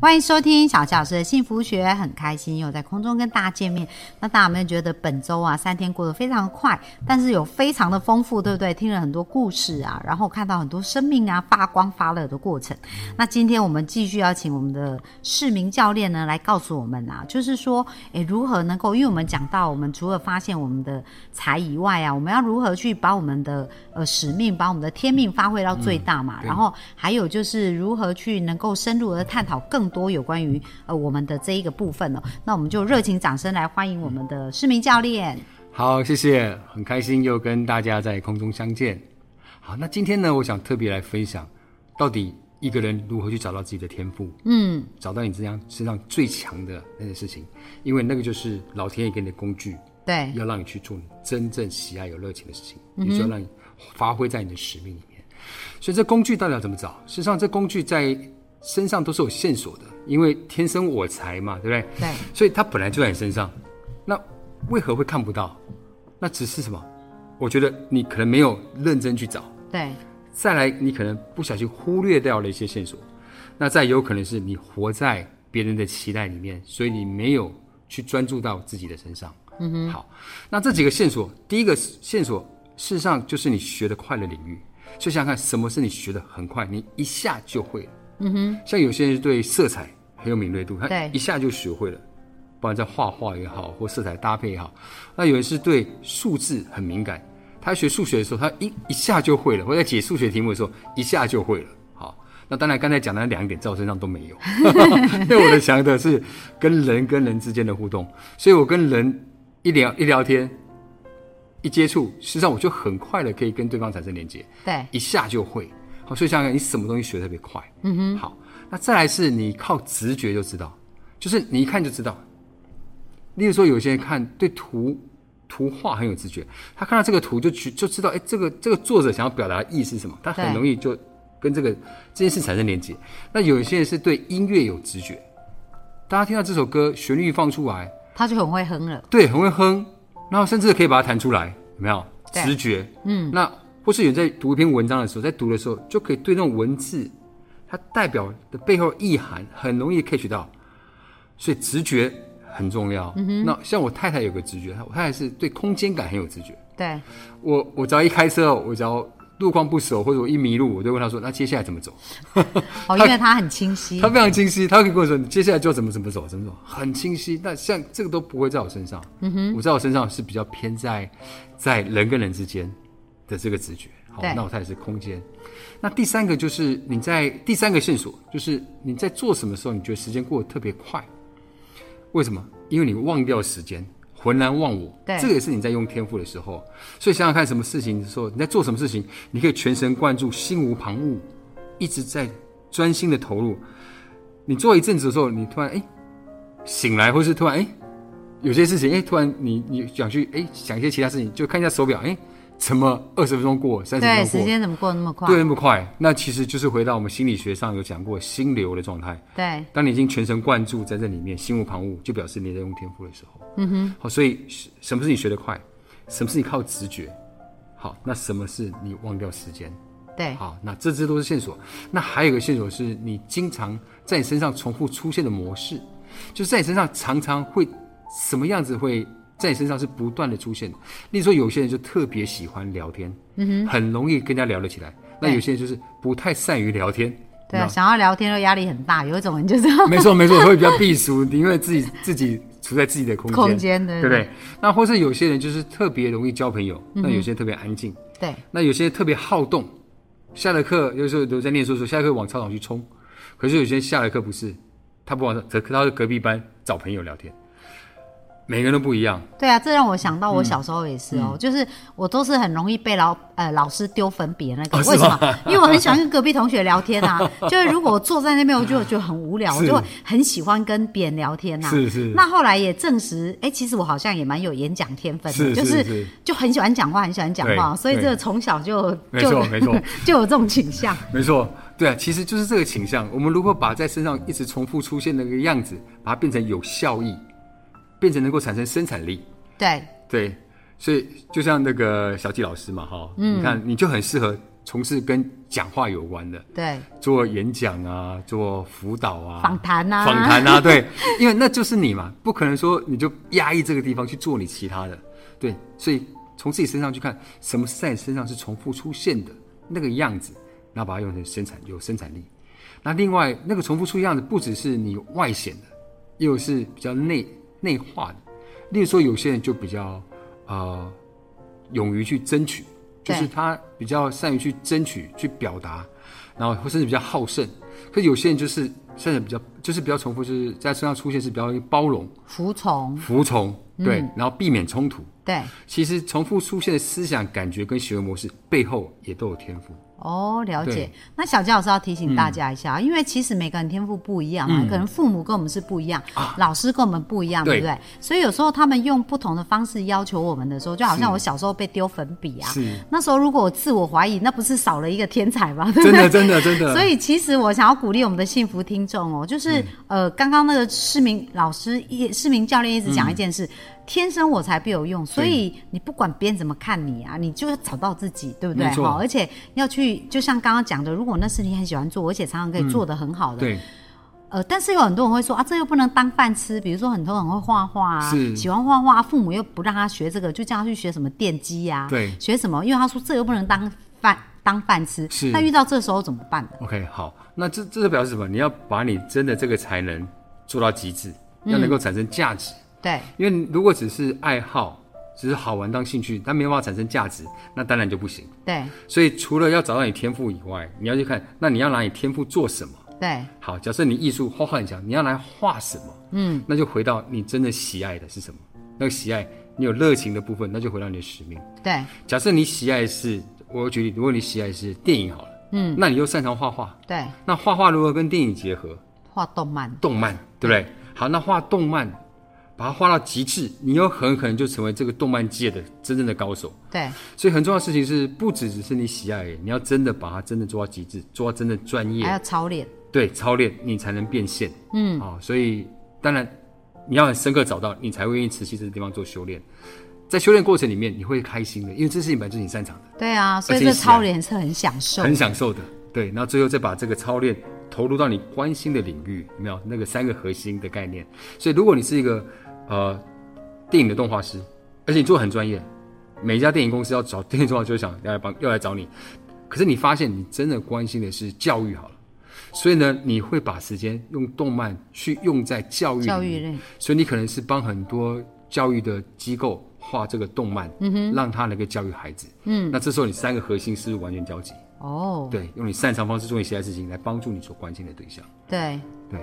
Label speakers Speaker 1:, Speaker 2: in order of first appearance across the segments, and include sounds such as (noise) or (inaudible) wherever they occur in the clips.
Speaker 1: 欢迎收听小纪老师的幸福学，很开心又在空中跟大家见面。那大家有没有觉得本周啊三天过得非常快，但是有非常的丰富，对不对？听了很多故事啊，然后看到很多生命啊发光发热的过程。那今天我们继续要请我们的市民教练呢来告诉我们啊，就是说，诶，如何能够，因为我们讲到我们除了发现我们的才以外啊，我们要如何去把我们的呃使命，把我们的天命发挥到最大嘛？
Speaker 2: 嗯对
Speaker 1: 然后还有就是如何去能够深入的探讨更多有关于呃我们的这一个部分哦。那我们就热情掌声来欢迎我们的市民教练。
Speaker 2: 好，谢谢，很开心又跟大家在空中相见。好，那今天呢，我想特别来分享，到底一个人如何去找到自己的天赋，
Speaker 1: 嗯，
Speaker 2: 找到你身上身上最强的那件事情，因为那个就是老天爷给你的工具，
Speaker 1: 对，
Speaker 2: 要让你去做你真正喜爱、有热情的事情，也就要让你发挥在你的使命里面。所以这工具到底要怎么找？事实上，这工具在身上都是有线索的，因为天生我材嘛，对不对？
Speaker 1: 对，
Speaker 2: 所以它本来就在你身上，那为何会看不到？那只是什么？我觉得你可能没有认真去找，
Speaker 1: 对，
Speaker 2: 再来你可能不小心忽略掉了一些线索，那再有可能是你活在别人的期待里面，所以你没有去专注到自己的身上。嗯哼，好，那这几个线索，第一个线索事实上就是你学的快的领域，就想想看什么是你学的很快，你一下就会了。嗯哼，像有些人对色彩很有敏锐度，他
Speaker 1: 对
Speaker 2: 一下就学会了。不管在画画也好，或色彩搭配也好，那有人是对数字很敏感，他学数学的时候，他一一下就会了；或者在解数学题目的时候，一下就会了。好，那当然刚才讲的那两点，在我身上都没有， (laughs) 因为我的想的是跟人跟人之间的互动，所以我跟人一聊一聊天，一接触，实际上我就很快的可以跟对方产生连接。
Speaker 1: 对，
Speaker 2: 一下就会。好，所以想想看你什么东西学得特别快，嗯哼，好，那再来是你靠直觉就知道，就是你一看就知道。例如说，有些人看对图图画很有直觉，他看到这个图就去就知道，哎，这个这个作者想要表达的意思是什么，他很
Speaker 1: 对
Speaker 2: 容易就跟这个这件事产生连接。那有一些人是对音乐有直觉，大家听到这首歌旋律放出来，
Speaker 1: 他就很会哼了。
Speaker 2: 对，很会哼，然后甚至可以把它弹出来，有没有？
Speaker 1: 对
Speaker 2: 直觉，嗯，那或是有人在读一篇文章的时候，在读的时候就可以对那种文字它代表的背后的意涵很容易 catch 到，所以直觉很重要。嗯、那像我太太有个直觉，我太太是对空间感很有直觉。
Speaker 1: 对，
Speaker 2: 我我只要一开车，我只要路况不熟，或者我一迷路，我就问她说：“那接下来怎么走？”
Speaker 1: 哦，因为他很清晰
Speaker 2: 他。非常清晰，他可以跟我说你接下来就怎么怎么走，怎么走，很清晰。那像这个都不会在我身上，嗯哼，我在我身上是比较偏在在人跟人之间的这个直觉。好
Speaker 1: 对，
Speaker 2: 那我它也是空间。那第三个就是你在第三个线索就是你在做什么时候，你觉得时间过得特别快，为什么？因为你忘掉时间，浑然忘我。
Speaker 1: 对
Speaker 2: 这个也是你在用天赋的时候。所以想想看，什么事情的时候，你在做什么事情，你可以全神贯注，心无旁骛，一直在专心的投入。你做一阵子的时候，你突然哎醒来，或是突然哎有些事情哎突然你你想去哎想一些其他事情，就看一下手表，哎怎么二十分钟过，三十分
Speaker 1: 对，
Speaker 2: 钟过，
Speaker 1: 时间怎么过得那么快？
Speaker 2: 对那么快？那其实就是回到我们心理学上有讲过心流的状态。
Speaker 1: 对
Speaker 2: 当你已经全神贯注在这里面，心无旁骛，就表示你在用天赋的时候。嗯哼，好，所以是什么是你学得快，什么是你靠直觉，好，那什么是你忘掉时间？
Speaker 1: 对
Speaker 2: 好，那这些都是线索。那还有一个线索是你经常在你身上重复出现的模式，就是在你身上常常会什么样子会在你身上是不断的出现的。例如说，有些人就特别喜欢聊天，嗯哼，很容易跟人家聊得起来。那
Speaker 1: 对
Speaker 2: 有些人就是不太善于聊天，
Speaker 1: 对
Speaker 2: 你知道
Speaker 1: 啊，想要聊天又压力很大，有一种人就是 (laughs)
Speaker 2: 没错没错，会比较避俗，因为自己自己处在自己的空间，
Speaker 1: 空间对
Speaker 2: 对不对？那或是有些人就是特别容易交朋友，那有些人特别安静，
Speaker 1: 对
Speaker 2: 那有些人特别好动，下了课有时候都在念书的时候，下了课往操场去冲，可是有些人下了课不是，他不往，可他是隔壁班找朋友聊天。每个人都不一样。
Speaker 1: 对啊，这让我想到
Speaker 2: 嗯
Speaker 1: 我小时候也是哦，就是我都是很容易被老呃老师丢粉笔的那个。
Speaker 2: 哦是吗
Speaker 1: 为什么？因
Speaker 2: (laughs)
Speaker 1: 为我很喜欢跟隔壁同学聊天啊，就是如果我坐在那边，我就觉得很无聊，我啊
Speaker 2: 是
Speaker 1: 就会很喜欢跟别人聊天呐、啊。
Speaker 2: 是是
Speaker 1: 那后来也证实，哎，其实我好像也蛮有演讲天分的，
Speaker 2: 是
Speaker 1: 就是
Speaker 2: 是
Speaker 1: 就很喜欢讲话，很喜欢讲话，
Speaker 2: 对
Speaker 1: 所以这个从小就
Speaker 2: 没
Speaker 1: 就
Speaker 2: 错没错
Speaker 1: (laughs) 就有这种倾向。
Speaker 2: 没错，对啊，其实就是这个倾向。我们如何把在身上一直重复出现的那个样子，把它变成有效益，变成能够产生生产力。
Speaker 1: 对，
Speaker 2: 对，所以就像那个小纪老师嘛，哈，
Speaker 1: 嗯
Speaker 2: 你看你就很适合从事跟讲话有关的，
Speaker 1: 对，
Speaker 2: 做演讲啊，做辅导啊，
Speaker 1: 访谈啊
Speaker 2: 访谈啊，对，因为那就是你嘛，不可能说你就压抑这个地方去做你其他的，对，所以从自己身上去看，什么是在你身上是重复出现的那个样子，然后把它用成生产有生产力。那另外那个重复出现的样子，不只是你外显的，也有是比较内内化的。例如说，有些人就比较呃勇于去争取，就
Speaker 1: 对
Speaker 2: 是他比较善于去争取、去表达，然后甚至比较好胜。可是有些人就是甚至比较就是比较重复，就是在身上出现是比较包容、
Speaker 1: 服从，
Speaker 2: 服从，对，然后避免冲突。
Speaker 1: 对，
Speaker 2: 其实重复出现的思想、感觉跟行为模式背后也都有天赋。
Speaker 1: 哦，了解
Speaker 2: 对。嗯
Speaker 1: 那小杰老师要提醒大家一下，因为其实每个人天赋不一样嘛，可能父母跟我们是不一样，老师跟我们不一样，对
Speaker 2: 啊对
Speaker 1: 不对？所以有时候他们用不同的方式要求我们的时候，就好像
Speaker 2: 是
Speaker 1: 我小时候被丢粉笔啊，
Speaker 2: 是，
Speaker 1: 那时候如果我自我怀疑，那不是少了一个天才
Speaker 2: (laughs)
Speaker 1: 吗？对不
Speaker 2: 真
Speaker 1: 对
Speaker 2: 的，？真的，真的。
Speaker 1: 所以其实我想要鼓励我们的幸福听众哦，就是、
Speaker 2: 嗯
Speaker 1: 呃，刚刚那个市民老师一市民教练一直讲一件
Speaker 2: 嗯
Speaker 1: 事，天生我材必有用，所以你不管别人怎么看你啊，你就要找到自己，对不对？
Speaker 2: 没错
Speaker 1: 好而且要去，就像刚刚讲的，如果那是你很喜欢做，而且常常可以做得很好的，
Speaker 2: 对，
Speaker 1: 呃，但是有很多人会说啊，这又不能当饭吃。比如说，很多人会画画啊，
Speaker 2: 是
Speaker 1: 喜欢画画，父母又不让他学这个，就叫他去学什么电机呀、
Speaker 2: 对
Speaker 1: 学什么？因为他说这又不能当饭当饭吃。
Speaker 2: 是
Speaker 1: 那遇到这时候怎么办呢？
Speaker 2: OK，好，那这这就表示什么？你要把你真的这个才能做到极致，要能够产生价值。
Speaker 1: 对。
Speaker 2: 因为如果只是爱好，只是好玩当兴趣，但没办法产生价值，那当然就不行。
Speaker 1: 对
Speaker 2: 所以除了要找到你天赋以外，你要去看，那你要拿你天赋做什么？
Speaker 1: 对
Speaker 2: 好，假设你艺术画画很强，你要来画什么？嗯，那就回到你真的喜爱的是什么？那个喜爱，你有热情的部分，那就回到你的使命。
Speaker 1: 对
Speaker 2: 假设你喜爱的是，我举例，如果你喜爱的是电影好了，嗯，那你又擅长画画，
Speaker 1: 对，
Speaker 2: 那画画如何跟电影结合？
Speaker 1: 画动漫，
Speaker 2: 动漫，对不对？好，那画动漫，把它画到极致，你有很可能就成为这个动漫界的真正的高手。
Speaker 1: 对
Speaker 2: 所以很重要的事情是，不只只是你喜爱而已，你要真的把它真的做到极致，做到真的专
Speaker 1: 还
Speaker 2: 业，
Speaker 1: 要操练，
Speaker 2: 对，操练你才能变现。嗯，啊、所以当然你要很深刻找到，你才会愿意持续这个地方做修炼。在修炼过程里面，你会开心的，因为这是你本来就是你擅长的，
Speaker 1: 对啊，所以
Speaker 2: 而且
Speaker 1: 这
Speaker 2: 喜爱
Speaker 1: 操练是很享受，
Speaker 2: 很享受的。对，然后最后再把这个操练投入到你关心的领域，有没有那个三个核心的概念？所以如果你是一个呃电影的动画师，而且你做得很专业，每一家电影公司要找电影动画就想要来帮要来找你，可是你发现你真的关心的是教育好了，所以呢，你会把时间用动漫去用在教育
Speaker 1: 教
Speaker 2: 领域
Speaker 1: 育类，
Speaker 2: 所以你可能是帮很多教育的机构画这个动漫，嗯哼，让他能够教育孩子，嗯，那这时候你三个核心思路完全交集，
Speaker 1: 哦，
Speaker 2: 对，用你擅长方式做你喜爱的事情来帮助你所关心的对象，
Speaker 1: 对
Speaker 2: 对，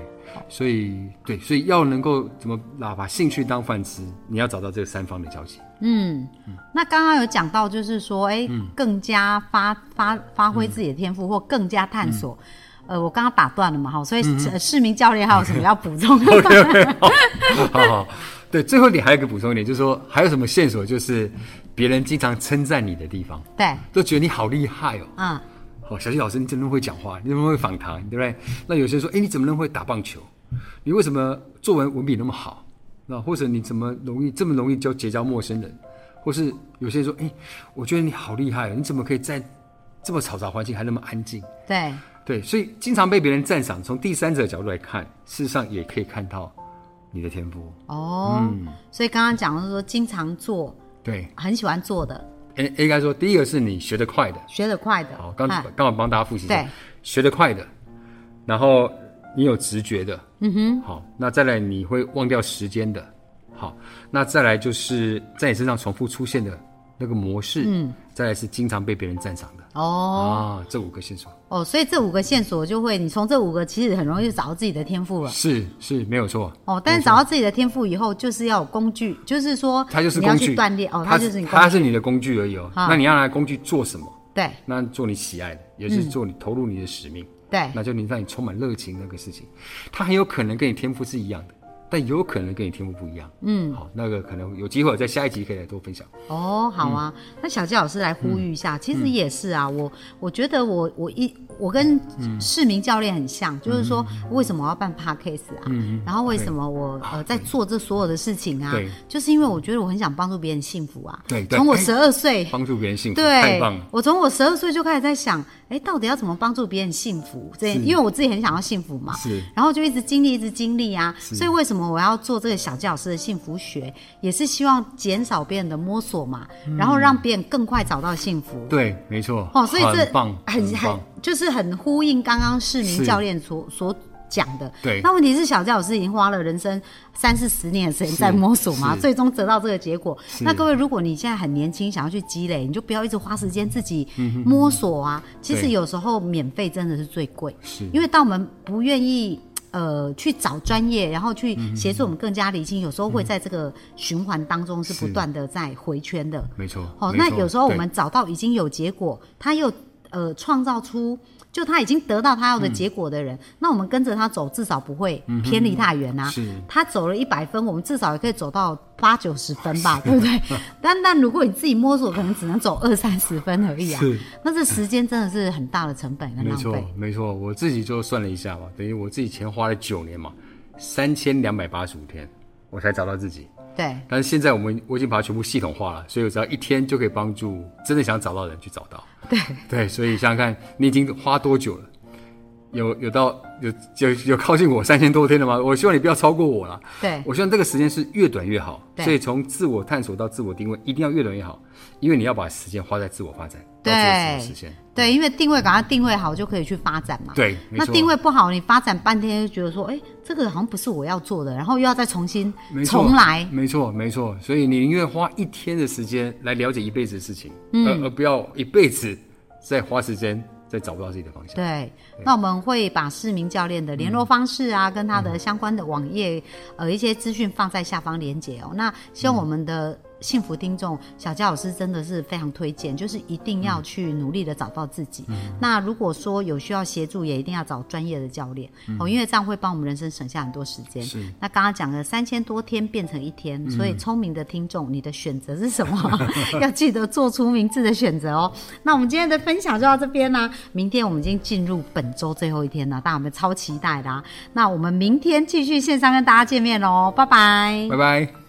Speaker 2: 所以对，所以要能够怎么哪把兴趣当饭吃，你要找到这三方的交集， (laughs)
Speaker 1: 那刚刚有讲到，就是说，哎、
Speaker 2: 嗯
Speaker 1: 更加发发发挥自己的天赋，或更加探索。
Speaker 2: 嗯
Speaker 1: 呃，我刚刚打断了嘛，哈，所以、呃市民教练还有什么要补
Speaker 2: (laughs)
Speaker 1: 充的 (laughs) 吗？
Speaker 2: 好好，对，最后你还有一个补充一点，就是说还有什么线索，就是别人经常称赞你的地方，
Speaker 1: 对，
Speaker 2: 都觉得你好厉害哦，
Speaker 1: 嗯，
Speaker 2: 哦，小纪老师，你怎么那么会讲话？你怎么会访谈，对不对？那有些人说，哎，你怎么那么会打棒球？你为什么作文文笔那么好？那或者你怎么容易这么容易就结交陌生人？或是有些人说，哎，我觉得你好厉害哦，你怎么可以在这么嘈杂环境还那么安静？
Speaker 1: 对，
Speaker 2: 对，所以经常被别人赞赏，从第三者的角度来看，事实上也可以看到你的天赋。
Speaker 1: 哦，
Speaker 2: 嗯
Speaker 1: 所以刚刚讲的是说，经常做，
Speaker 2: 对，
Speaker 1: 很喜欢做的，
Speaker 2: 应应该说，第一个是你学得快的，
Speaker 1: 学得快的，
Speaker 2: 好，刚
Speaker 1: 哎
Speaker 2: 刚好帮大家复习一下
Speaker 1: 对，
Speaker 2: 学得快的，然后你有直觉的，嗯哼，好，那再来你会忘掉时间的，好，那再来就是在你身上重复出现的那个模式，嗯，再来是经常被别人赞赏的
Speaker 1: 哦
Speaker 2: 啊，这五个线索
Speaker 1: 哦，所以这五个线索就会，你从这五个其实很容易就找到自己的天赋了。
Speaker 2: 是是没有错。
Speaker 1: 哦，但是找到自己的天赋以后，就是要有工具，就是说，
Speaker 2: 它就是
Speaker 1: 你要
Speaker 2: 工
Speaker 1: 去
Speaker 2: 具
Speaker 1: 锻炼哦，它
Speaker 2: 它
Speaker 1: 就是你工
Speaker 2: 它是你的工具而已哦。
Speaker 1: 啊
Speaker 2: 那你要拿工具做什么？
Speaker 1: 对
Speaker 2: 那做你喜爱的，也
Speaker 1: 嗯
Speaker 2: 是做你投入你的使命，
Speaker 1: 对
Speaker 2: 那就你让你充满热情那个事情，它很有可能跟你天赋是一样的，但有可能跟你天赋不一样。嗯，好，那个可能有机会我在下一集可以来多分享。
Speaker 1: 哦，好啊，
Speaker 2: 嗯
Speaker 1: 那小纪老师来呼吁一下，其实也是啊，我我觉得我我一我跟
Speaker 2: 嗯
Speaker 1: 市民教练很像，就是说为什么我要办 podcast 啊，
Speaker 2: 嗯
Speaker 1: 然后为什么我呃在做这所有的事情啊
Speaker 2: 啊对，
Speaker 1: 就是因为我觉得我很想帮助别人幸福啊，
Speaker 2: 对对
Speaker 1: 从我
Speaker 2: 哎
Speaker 1: 十二岁。
Speaker 2: 帮助别人幸福，太
Speaker 1: 对
Speaker 2: 棒了，，
Speaker 1: 我从我十二岁就开始在想，哎，到底要怎么帮助别人幸福？这因为我自己很想要幸福嘛，
Speaker 2: 是
Speaker 1: 然后就一直经历，一直经历啊。所以为什么我要做这个小纪老师的幸福学，也是希望减少别人的摸索嘛，然后让别人更快找到幸福。
Speaker 2: 对，没错。
Speaker 1: 哦，所以这
Speaker 2: 很棒，
Speaker 1: 很
Speaker 2: 棒。
Speaker 1: 就是很呼应刚刚市民
Speaker 2: 是
Speaker 1: 教练所所讲的。
Speaker 2: 对
Speaker 1: 那问题是小教老师已经花了人生三四十年的时间在摸索嘛，
Speaker 2: 是
Speaker 1: 最终得到这个结果。
Speaker 2: 是
Speaker 1: 那各位，如果你现在很年轻，想要去积累，你就不要一直花时间自己
Speaker 2: 嗯
Speaker 1: 摸索啊。其实
Speaker 2: 对
Speaker 1: 有时候免费真的是最贵，
Speaker 2: 是
Speaker 1: 因为当我们不愿意。呃，去找专业，然后去协助我们更加理
Speaker 2: 嗯
Speaker 1: 清，有时候会在这个循环当中是不
Speaker 2: 是
Speaker 1: 断的在回圈的。
Speaker 2: 没错。
Speaker 1: 哦，
Speaker 2: 没
Speaker 1: 那
Speaker 2: 错
Speaker 1: 有时候我
Speaker 2: 对
Speaker 1: 们找到已经有结果，他又呃创造出，就他已经得到他要
Speaker 2: 嗯
Speaker 1: 的结果的人，那我们跟着他走，至少不会偏离太远啊。
Speaker 2: 是
Speaker 1: 他走了一百分，我们至少也可以走到八九十分吧，对不对？ (laughs) 但但如果你自己摸索，可能只能走二三十分而已啊
Speaker 2: 是。
Speaker 1: 那这时间真的是很大的成本跟
Speaker 2: 没
Speaker 1: 浪
Speaker 2: 错
Speaker 1: 费。，
Speaker 2: 没错，我自己就算了一下嘛，等于我自己钱花了九年嘛，三千两百八十五天，我才找到自己。
Speaker 1: 对，
Speaker 2: 但是现在我们我已经把它全部系统化了，所以我只要一天就可以帮助真的想找到的人去找到。
Speaker 1: 对
Speaker 2: 对，所以想想看，你已经花多久了？有有到有有有靠近我三千多天了吗？我希望你不要超过我了。
Speaker 1: 对
Speaker 2: 我希望这个时间是越短越好。
Speaker 1: 对
Speaker 2: 所以从自我探索到自我定位，一定要越短越好，因为你要把时间花在自我发展，到自我
Speaker 1: 对
Speaker 2: 实现。
Speaker 1: 对，因为定位，把它定位好就可以去发展嘛。
Speaker 2: 对，没
Speaker 1: 那
Speaker 2: 错
Speaker 1: 定位不好，你发展半天就觉得说，哎、这个好像不是我要做的，然后又要再重新
Speaker 2: 没错
Speaker 1: 重来。
Speaker 2: 没错，没错。所以你宁愿花一天的时间来了解一辈子的事情，
Speaker 1: 嗯
Speaker 2: 而而不要一辈子再花时间再找不到自己的方向。
Speaker 1: 对，那我们会把市民教练的联络方式啊，跟他的相关的网页呃一些资讯放在下方连接哦。那希望我们的幸福听众，小佳老师真的是非常推荐，就是一定要去努力的找到自己。那如果说有需要协助，也一定要找专业的教练、哦，因为这样会帮我们人生省下很多时间。
Speaker 2: 是
Speaker 1: 那刚刚讲的三千多天变成一天，所以聪明的听众，你的选择是什么？ (laughs) 要记得做出明智的选择哦。那我们今天的分享就到这边啦、明天我们已经进入本周最后一天了，大家有没有超期待的、啊？那我们明天继续线上跟大家见面喽，拜拜
Speaker 2: 拜拜。